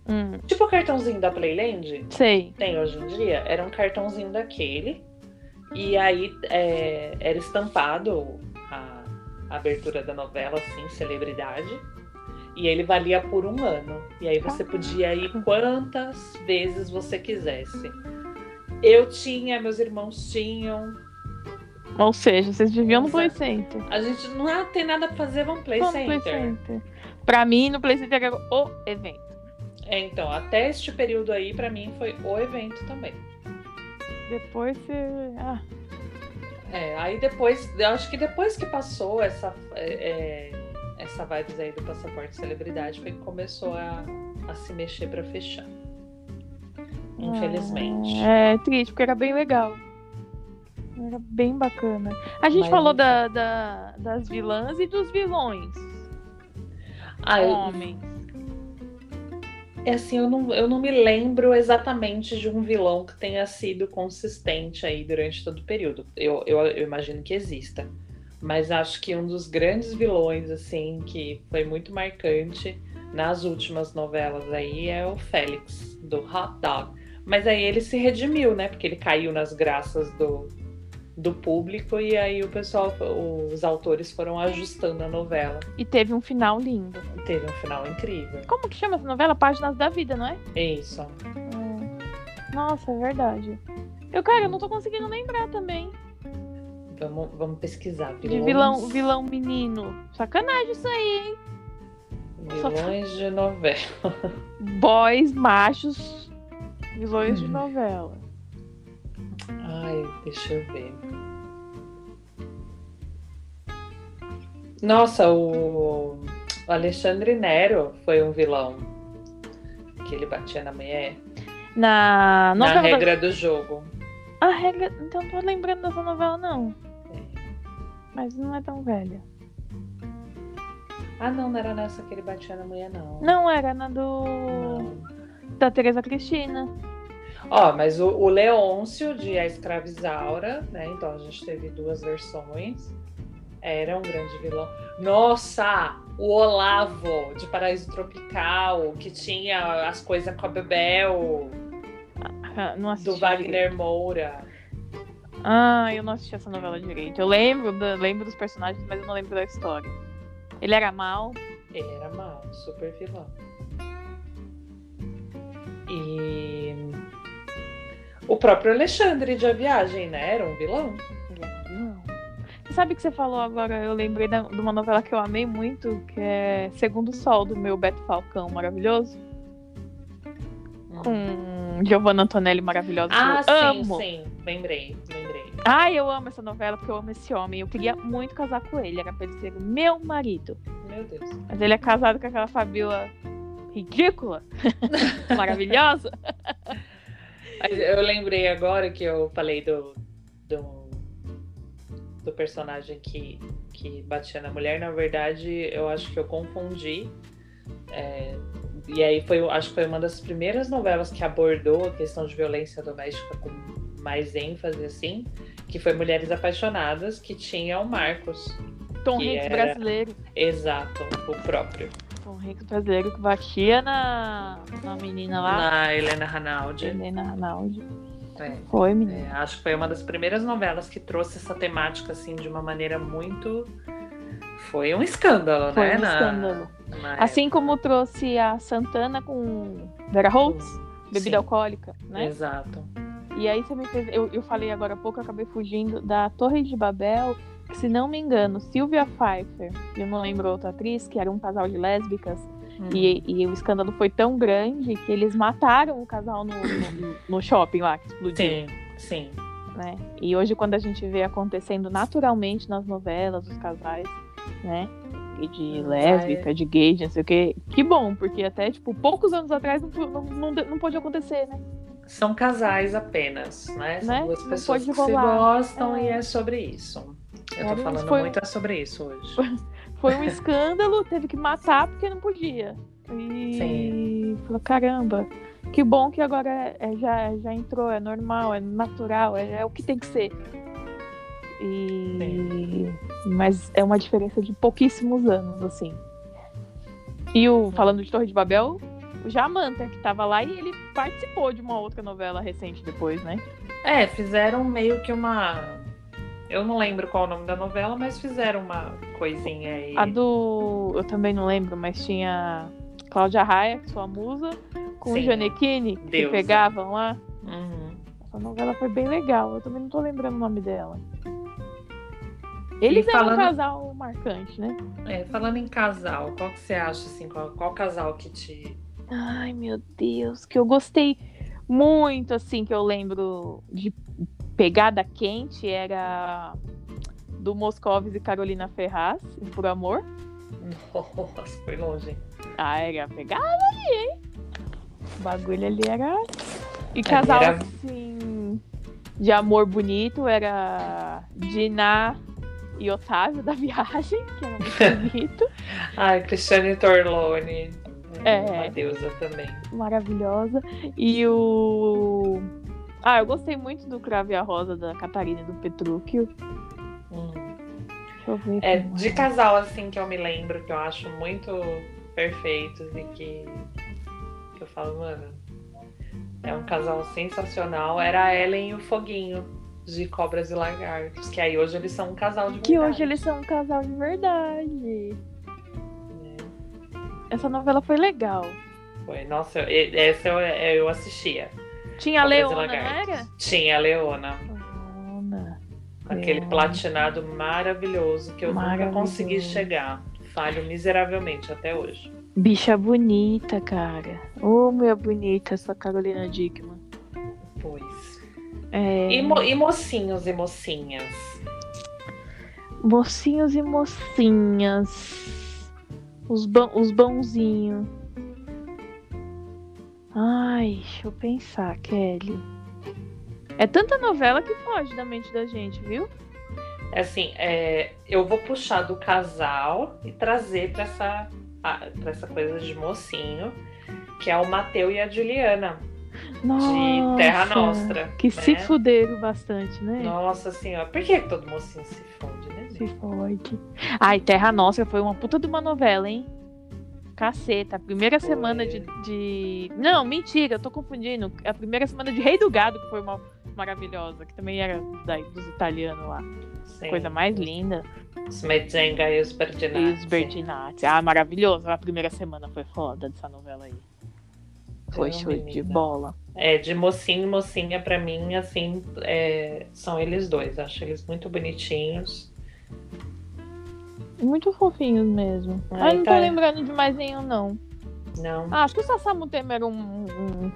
Hum. Tipo o cartãozinho da Playland, Sei. tem hoje em dia. Era um cartãozinho daquele. E aí é, era estampado a, a abertura da novela, assim, celebridade. E ele valia por um ano. E aí você podia ir quantas vezes você quisesse. Eu tinha, meus irmãos tinham. Ou seja, vocês viviam no Play Exato. Center. A gente não ah, tem nada pra fazer, vamos Play Vamos no Center. Center. Pra mim, no Play Center era o evento. É, então, até este período aí, pra mim, foi o evento também. Depois você. Ah, É, aí depois, eu acho que depois que passou essa, é, é, essa vibes aí do passaporte celebridade, foi que começou a, a se mexer pra fechar. Infelizmente. É triste, porque era bem legal. Era bem bacana. A gente Mas falou enfim. da- da- das vilãs e dos vilões. Ah, eu- Homens. assim, eu não, eu não me lembro exatamente de um vilão que tenha sido consistente aí durante todo o período. Eu, eu, eu imagino que exista. Mas acho que um dos grandes vilões, assim, que foi muito marcante nas últimas novelas aí é o Félix, do Hot Dog. Mas aí ele se redimiu, né? Porque ele caiu nas graças do, do público e aí o pessoal, os autores foram ajustando a novela. E teve um final lindo. E teve um final incrível. Como que chama essa novela? Páginas da Vida, não é? Isso. Hum. É. Nossa, é verdade. Eu, cara, eu não tô conseguindo lembrar também. Vamos, vamos pesquisar. Vilões... De vilão, vilão menino. Sacanagem isso aí, hein? Vilões de novela. Boys, machos, vilões hum. de novela. Ai, deixa eu ver. Nossa, o Alexandre Nero foi um vilão que ele batia na mulher. Na, na regra da... do jogo. A regra. Então não tô lembrando dessa novela, não. É. Mas não é tão velha. Ah, não, não era nessa que ele batia na mulher, não. Ah. Não, era na do. Não. Da Tereza Cristina. Ó, mas o, o Leôncio de A Escravizaura, né? Então a gente teve duas versões. Era um grande vilão. Nossa! O Olavo de Paraíso Tropical, que tinha as coisas com a Bebel. Ah, não assisti. Do Wagner Moura. Ah, eu não assisti essa novela direito. Eu lembro, do, lembro dos personagens, mas eu não lembro da história. Ele era mal. Ele era mal, super vilão. E o próprio Alexandre de A Viagem, né? Era um vilão. Não. Você sabe que você falou agora? Eu lembrei da, de uma novela que eu amei muito, que é Segundo Sol, do meu Beto Falcão maravilhoso. Hum. Com Giovanna Antonelli maravilhosa. Ah, sim, amo. sim. Lembrei, lembrei. Ai, eu amo essa novela porque eu amo esse homem. Eu queria muito casar com ele. Era pra ele ser meu marido. Meu Deus. Mas ele é casado com aquela Fabiola ridícula, maravilhosa. Eu lembrei agora que eu falei do, do, do, personagem que, que batia na mulher. Na verdade, eu acho que eu confundi. É, e aí foi, acho que foi uma das primeiras novelas que abordou a questão de violência doméstica com mais ênfase, assim, que foi Mulheres Apaixonadas, que tinha o Marcos. Tom Hanks era... brasileiro. Exato, o próprio. Tom Hanks brasileiro que batia na, na menina lá. Na Helena Ranaldi. Helena Ranaldi. É, foi, menina. É, acho que foi uma das primeiras novelas que trouxe essa temática, assim, de uma maneira muito. Foi um escândalo, foi né? Um escândalo. Na, na assim época. como trouxe a Santana com Vera Holtz, bebida Sim. alcoólica, né? Exato. E aí você me fez. Eu, eu falei agora há pouco, acabei fugindo da Torre de Babel se não me engano, Sylvia Pfeiffer, eu não lembro outra atriz, que era um casal de lésbicas, hum. e, e, o escândalo foi tão grande que eles mataram o casal no, no, no shopping lá, que explodiu. Sim, sim. Né? E hoje, quando a gente vê acontecendo naturalmente nas novelas, os casais, né? E de lésbica, Ai. de gay, de não sei o quê. Que bom, porque até, tipo, poucos anos atrás não, não, não, não pôde acontecer, né? São casais apenas, né? São né? duas pessoas que se gostam é. e é sobre isso. Eu tô falando foi... muito é sobre isso hoje. Foi um escândalo, teve que matar porque não podia. E Sim. falou, caramba, que bom que agora é, é, já, já entrou, é normal, é natural, é, é o que tem que ser. E... Sim. Mas é uma diferença de pouquíssimos anos, assim. E o, falando de Torre de Babel, o Jamanta, que tava lá e ele participou de uma outra novela recente depois, né? É, fizeram meio que uma eu não lembro qual é o nome da novela, mas fizeram uma coisinha aí. A do. Eu também não lembro, mas tinha Cláudia Raia, sua musa, com Sim. o Janequine, que pegavam lá. Uhum. Essa novela foi bem legal, eu também não tô lembrando o nome dela. Eles e falando... eram um casal marcante, né? É, falando em casal, qual que você acha, assim, qual, qual casal que te. Ai, meu Deus, que eu gostei muito, assim, que eu lembro de pegada quente era do Moscovis e Carolina Ferraz, por amor. Nossa, foi longe. Ah, era pegada ali, hein? O bagulho ali era. E casal era... assim de amor bonito era Diná e Otávio da viagem, que era muito bonito. Ai, Cristiane Torlone. uma É, deusa também. maravilhosa. E o. Ah, eu gostei muito do Crave a Rosa da Catarina e do Petrúquio. Hum. Deixa eu ver. É, como de casal, assim, que eu me lembro, que eu acho muito perfeitos e que, que eu falo, mano, é um casal sensacional. Era a Ellen e o Foguinho, de Cobras e Lagartos, que aí hoje eles são um casal de Que verdade, hoje eles são um casal de verdade. né? Essa novela foi legal. Foi, nossa, e- essa eu, eu assistia. Tinha a Cobras e Leona, não Lagartos. era? Tinha a Leona. Leona. Aquele Leona. platinado maravilhoso que eu nunca Maravilhoso. consegui chegar. Falho miseravelmente até hoje. Bicha bonita, cara. Ô, meu bonita essa Carolina Dickman. Pois. É, E, mo- e mocinhos e mocinhas. Mocinhos e mocinhas. Os, bão- os bonzinhos. Ai, deixa eu pensar, Kelly. É tanta novela que foge da mente da gente, viu? Assim, é, eu vou puxar do casal e trazer para essa, para essa coisa de mocinho, que é o Mateu e a Juliana, de Terra Nostra. Que se né? fuderam bastante, né? Nossa senhora, por que todo mocinho se funde, né? gente? Se fode. Ai, Terra Nostra foi uma puta de uma novela, hein? Caceta, a primeira Foi. semana de, de- Não, mentira, eu tô confundindo. É A primeira semana de Rei do Gado, que foi uma maravilhosa, que também era da- dos italianos lá. Sim. Coisa mais linda. Os Metzenga e os E os Berdinazzi. Berdinazzi. Ah, maravilhoso. A primeira semana foi foda dessa novela aí. Então, Foi Não, show de menina. bola. É, de mocinho e mocinha, pra mim, assim, é, são eles dois. Acho eles muito bonitinhos. Muito fofinhos mesmo. Ai, Ai, não tô tá. lembrando de mais nenhum, não. Não, Ah, acho que o Sassamo Temer era um, um-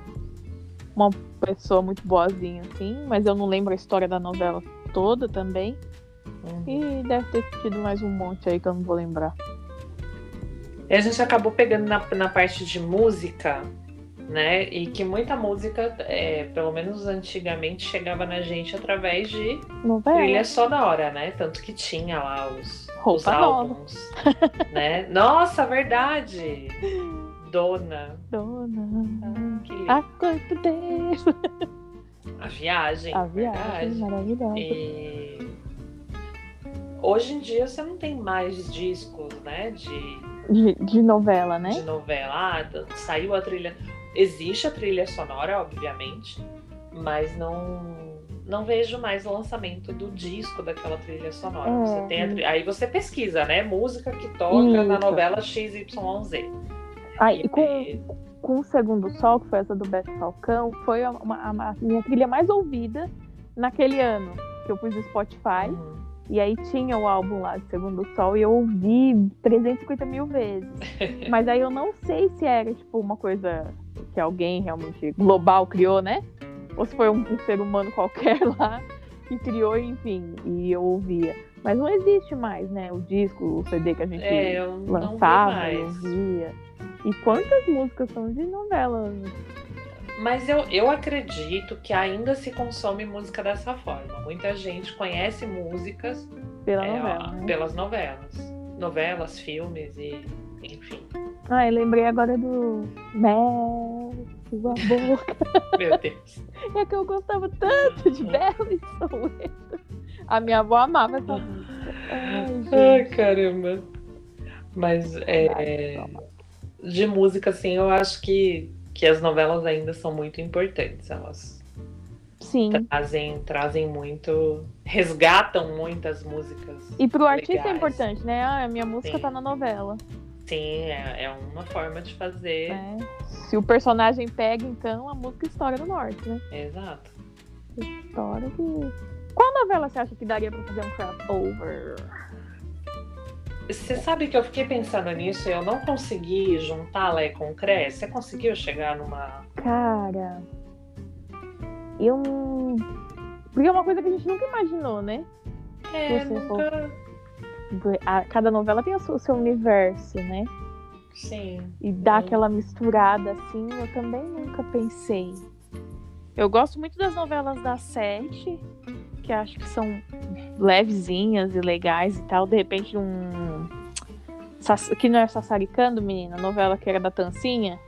uma pessoa muito boazinha, assim, mas eu não lembro a história da novela toda também. Uhum. E deve ter tido mais um monte aí que eu não vou lembrar. E a gente acabou pegando na, na parte de música, né? E que muita música, é, pelo menos antigamente, chegava na gente através de Novela? trilha só da hora, né? Tanto que tinha lá os, É. Roupa os nova. álbuns, né? Nossa, verdade! Dona, Dona. que lindo. A quanto tempo. A viagem, A viagem né? verdade. maravilhosa. E hoje em dia você não tem mais discos, né? De, De, de novela, né? de novela. Ah, t- saiu a trilha. Existe a trilha sonora, obviamente, mas não não vejo mais o lançamento do disco daquela trilha sonora. É. Você tem a tri- Aí você pesquisa, né? Música que toca na Isso. novela XYZ. Ah, E- e com, com o Segundo Sol, que foi essa do Beto Falcão, foi a, uma- a- a minha trilha mais ouvida naquele ano. Que eu pus no Spotify. Uhum. E aí tinha o álbum lá de Segundo Sol e eu ouvi 350 mil vezes. Mas aí eu não sei se era, tipo, uma coisa que alguém realmente global criou, né? Ou se foi um, um ser humano qualquer lá que criou, enfim, e eu ouvia. Mas não existe mais, né? O disco, o CD Né, que a gente É, eu não vi lançava e mais. ouvia. E quantas músicas são de novela? Mas eu, eu acredito que ainda se consome música dessa forma. Muita gente conhece músicas Pela é, novela, ó, né? pelas novelas. Novelas, filmes e enfim. Ah, eu lembrei agora do Mel, sua boca. Meu Deus. É que eu gostava tanto de Bela e Soweto. A minha avó amava essa música. Ai, Ai, gente. caramba. Mas é, de música, assim, eu acho que, que as novelas ainda são muito importantes. Elas Sim. trazem, trazem muito. resgatam muitas músicas. E pro artista é Legais. importante, né? Ah, a minha música Sim. tá na novela. Sim, é, é uma forma de fazer. Né? Se o personagem pega, então, a música estoura no norte, né? Exato. Estoura que. Qual novela você acha que daria pra fazer um crossover? Você sabe que eu fiquei pensando nisso e eu não consegui juntar Lé com Cré? Você conseguiu chegar numa. Cara. Eu. não- Porque é uma coisa que a gente nunca imaginou, né? É, Se você for- nunca. A- Cada novela tem o seu- o seu universo, né? Sim. e dar Sim. aquela misturada assim, eu também nunca pensei. Eu gosto muito das novelas da Sete, que acho que são levezinhas e legais e tal. De repente, um. Sass- que não é Sassaricando, menina, a novela que era da Tancinha.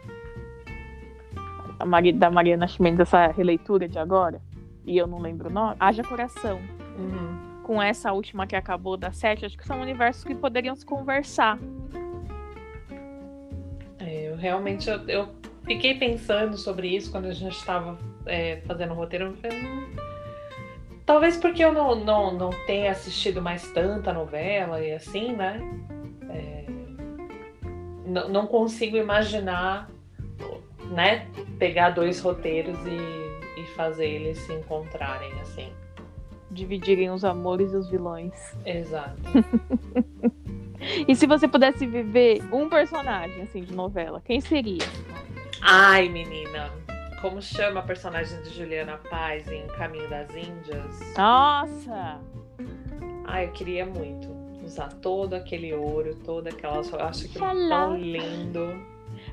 A Mari- da Mariana Chimenez, essa releitura de agora. E eu não lembro o nome. Haja Coração. Uhum. Com essa última que acabou da sete, acho que são universos que poderiam se conversar. É, eu realmente eu, eu fiquei pensando sobre isso quando a gente estava é, fazendo o roteiro. eu falei, "Hum, Talvez porque eu não, não, não tenha assistido mais tanta novela e assim, né? É, não, não consigo imaginar, né? Pegar dois roteiros e, e fazer eles se encontrarem assim. Dividirem os amores e os vilões. Exato. E se você pudesse viver um personagem, assim, de novela, quem seria? Ai, menina. Como chama a personagem de Juliana Paz em Caminho das Índias? Nossa! Ai, Ah, eu queria muito usar todo aquele ouro, toda aquela. Eu acho aquilo Xalá. tão lindo.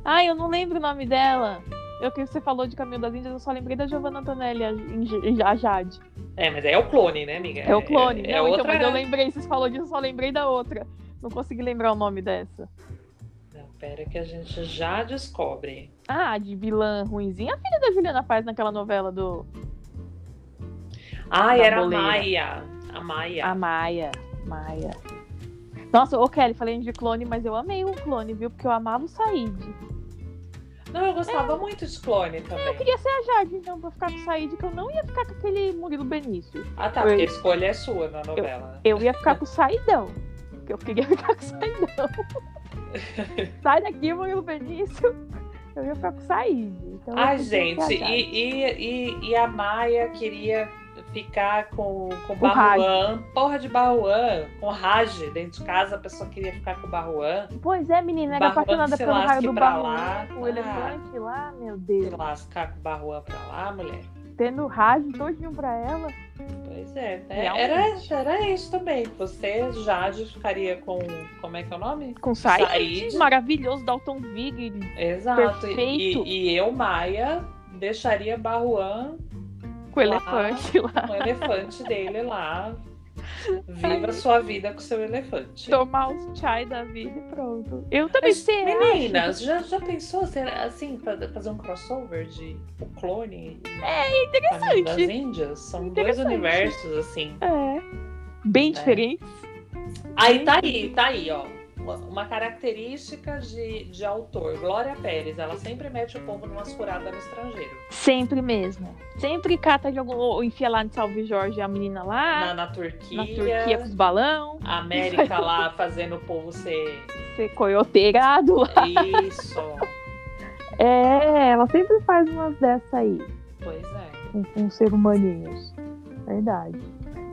Ai, eu não lembro o nome dela. Eu que você falou de Caminho das Índias, eu só lembrei da Giovanna Antonelli, a, em- a Jade. É, mas aí é o clone, né, amiga? É o clone. É, é não, então, outra. mas eu lembrei, vocês falaram disso, eu só lembrei da outra. Não consegui lembrar o nome dessa. Não, pera que a gente já descobre. Ah, de vilã ruinzinha. A filha da Juliana Paz naquela novela do Ai, Da era boleira. Ah. a Maia. A Maia. A Maia. Maia. Nossa, ô Kelly, falei de clone, mas eu amei o clone, viu? Porque eu amava o Said. Não, eu É. gostava muito de clone Eu também. queria ser a Jade, então, pra ficar com o Said, que eu não ia ficar com aquele Murilo Benício. Ah, tá, porque a escolha é sua na novela. Eu ia ficar com o Saidão. Porque eu queria ficar com o Saidão. Sai daqui, Murilo Benício. Eu ia ficar com o Said. Então, eu Ai, podia gente, viajar. e, e, e, e a Maia queria ficar com, com Com Raj. Barruan, porra de Barruan, com Raj dentro de casa, a pessoa queria ficar com Barruan, Pois é, menina, era Barruan apaixonada se pelo raio lasque do pra barro. lá. O Ah. elefante lá, meu se Deus. lascar com Barruan pra lá, mulher. Tendo rádio todinho pra ela. Pois é, é, era, Realmente. era isso também. Você, Jade, ficaria com. Como é que é o nome? Com o Said. Said. Maravilhoso, Dalton Vig. Exato. E- Perfeito. E, e eu, Maia, deixaria Barruan Com o elefante lá. com o elefante dele lá. Viva sua vida com seu elefante. Tomar os chai da vida e pronto. Eu também Mas, é. sei. Meninas, já, já pensou será, assim, fa- fazer um crossover de o clone É e Caminho das interessante. Índias? São dois Interessante. universos, assim. É. Bem É. diferente. Aí tá Uhum. aí, tá aí, ó. Uma- Uma característica de, de autor, Glória Pérez, ela sempre mete o povo numa furadas no estrangeiro. Sempre mesmo. Sempre cata de algum. Ou enfia lá no Salve Jorge a menina lá. na, na Turquia, Ah. Na, Turquia com os balão. a América lá fazendo o povo ser. Ser coioteirado lá. Isso, É, ela sempre faz umas dessas aí. pois é. Com, com ser humaninhos. Verdade.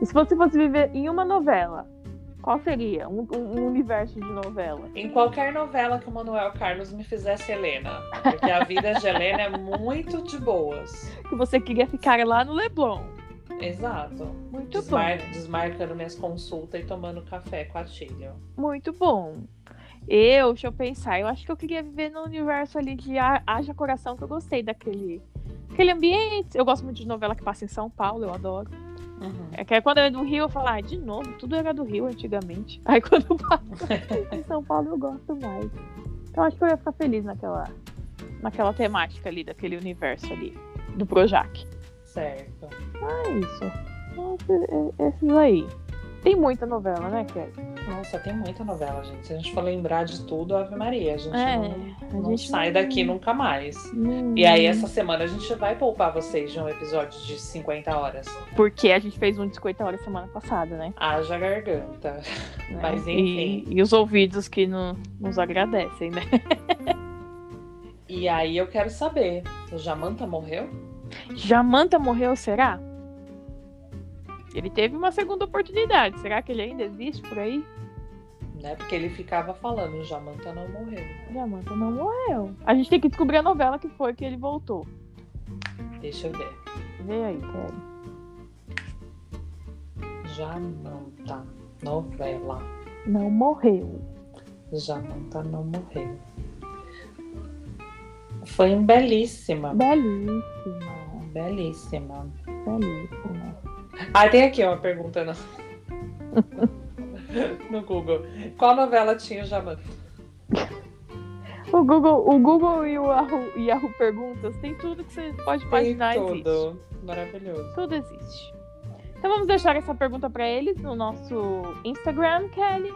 E se você fosse viver em uma novela? Qual seria? Um, um- um universo de novela. Em qualquer novela que o Manuel Carlos me fizesse Helena, porque a vida de Helena é muito de boas. Que você queria ficar lá no Leblon. Exato. Muito Desmar- bom. desmarcando minhas consultas e tomando café com a Tílio. Muito bom. Eu, deixa eu pensar, eu acho que eu queria viver no universo ali de Ha- Haja Coração, que eu gostei daquele aquele ambiente. Eu gosto muito de novela que passa em São Paulo, eu adoro. É que aí quando eu ia do Rio, eu falo, ah, de novo, tudo era do Rio antigamente. Aí quando eu passo em São Paulo, eu gosto mais. Então acho que eu ia ficar feliz naquela, naquela temática ali, daquele universo ali, do Projac. Certo. Ah, é isso. Esse- Esses aí. Tem muita novela, né, Kelly? Nossa, tem muita novela, gente. Se a gente for lembrar de tudo, Ave Maria, a gente É, não, a não gente sai não- Uhum. daqui nunca mais. E aí, essa semana a gente vai poupar vocês de um episódio de 50 horas. Porque a gente fez um de 50 horas semana passada, né? Haja garganta. Né? Mas E- enfim. E, os ouvidos que no- nos agradecem, né? E aí eu quero saber, o Jamanta morreu? Jamanta morreu, será? Ele teve uma segunda oportunidade. Será que ele ainda existe por aí? Né? Porque ele ficava falando, o Jamanta não morreu. Jamanta não morreu. A gente tem que descobrir a novela que foi que ele voltou. Deixa eu ver. Vê aí, Kelly. Jamanta, novela. Não morreu. Jamanta não morreu. Foi em belíssima. Belíssima. Belíssima. Belíssima. Ah, tem aqui uma pergunta. não. né? no Google. Qual novela tinha o Javan? O Google, o Google e o Yahoo, Yahoo Perguntas tem tudo que você pode imaginar Tem existe. tudo. Maravilhoso. Tudo existe. Então vamos deixar essa pergunta pra eles no nosso Instagram, Kelly.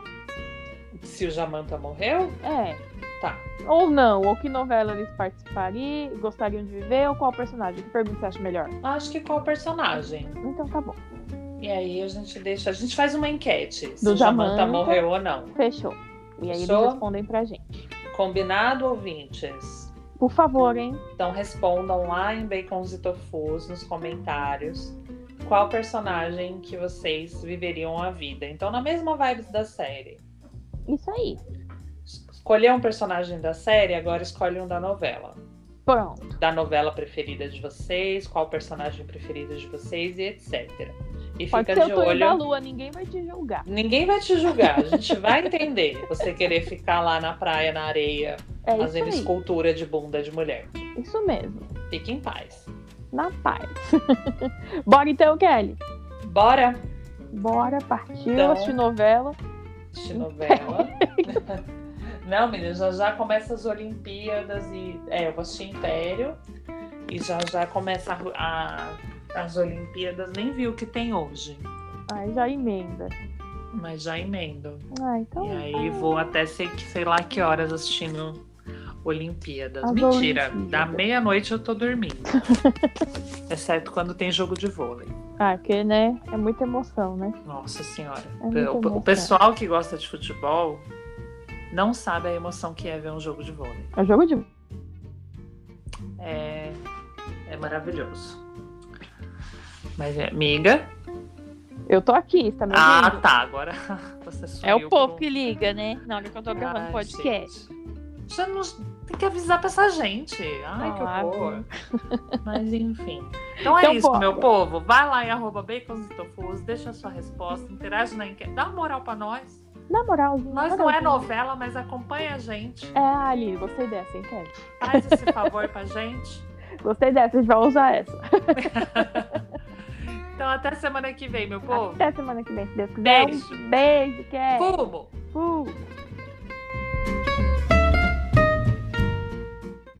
Se o Jamanta morreu, É. Tá. Ou não, ou que novela eles participariam, gostariam de viver, ou qual personagem? Que pergunta você acha melhor? acho que qual personagem? Então tá bom. E aí a gente deixa. A gente faz uma enquete. Se Do o Jamanta Jamanta. morreu ou não. Fechou. E aí Fechou? eles respondem pra gente. Combinado, ouvintes? Por favor, hein? Então respondam lá em Bacons e Tofus nos comentários qual personagem que vocês viveriam a vida. Então, na mesma vibe da série. Isso aí. Escolher um personagem da série, agora escolhe um da novela. Pronto. Da novela preferida de vocês, qual personagem preferido de vocês e etc. E Pode fica ser de o Tonho da olho. Lua, ninguém vai te julgar. Ninguém vai te julgar, a gente vai entender você querer ficar lá na praia, na areia, É isso fazendo aí. escultura de bunda de mulher. Isso mesmo. Fique em paz. Na paz. Bora então, Kelly. Bora, Bora partir Então. assistir novela. de novela. Não, meninas, já já começa as Olimpíadas e. É, eu vou assistir Império. E já já começa a- a- as Olimpíadas. Nem vi o que tem hoje, Ai, já emenda. mas já emendo. Ah, então. E aí vou até sei, que- sei lá que horas assistindo Olimpíadas. As Mentira, Olimpíadas. da meia-noite eu tô dormindo. Exceto quando tem jogo de vôlei. Ah, porque, né? É muita emoção, né? Nossa senhora. É muito o, bom, o pessoal que gosta de futebol não sabe a emoção que é ver um jogo de vôlei. É jogo de. É, é maravilhoso. Mas, é, amiga. Eu tô aqui, você tá me Ah, ouvindo? tá. Agora você É sumiu o povo pro- que liga, né? Na hora que eu tô gravando Ai, podcast. gente. Já não... Tem que avisar pra essa gente. Ai, que Ah, horror. Mas enfim. Então é Então, isso, bora. meu povo. Vai lá em arroba bacons e tofus, deixa a sua resposta, interage na enquete, dá uma moral pra nós. Na moralzinha. Nós não é moralzinha. novela. novela, mas acompanha a gente. É, Ali, gostei dessa, hein, Kelly? Faz esse favor pra gente. Gostei dessa, a gente vai usar essa. Então até semana que vem, meu povo. Até semana que vem, se Deus quiser. Beijo. Um beijo, Kelly. Fumo!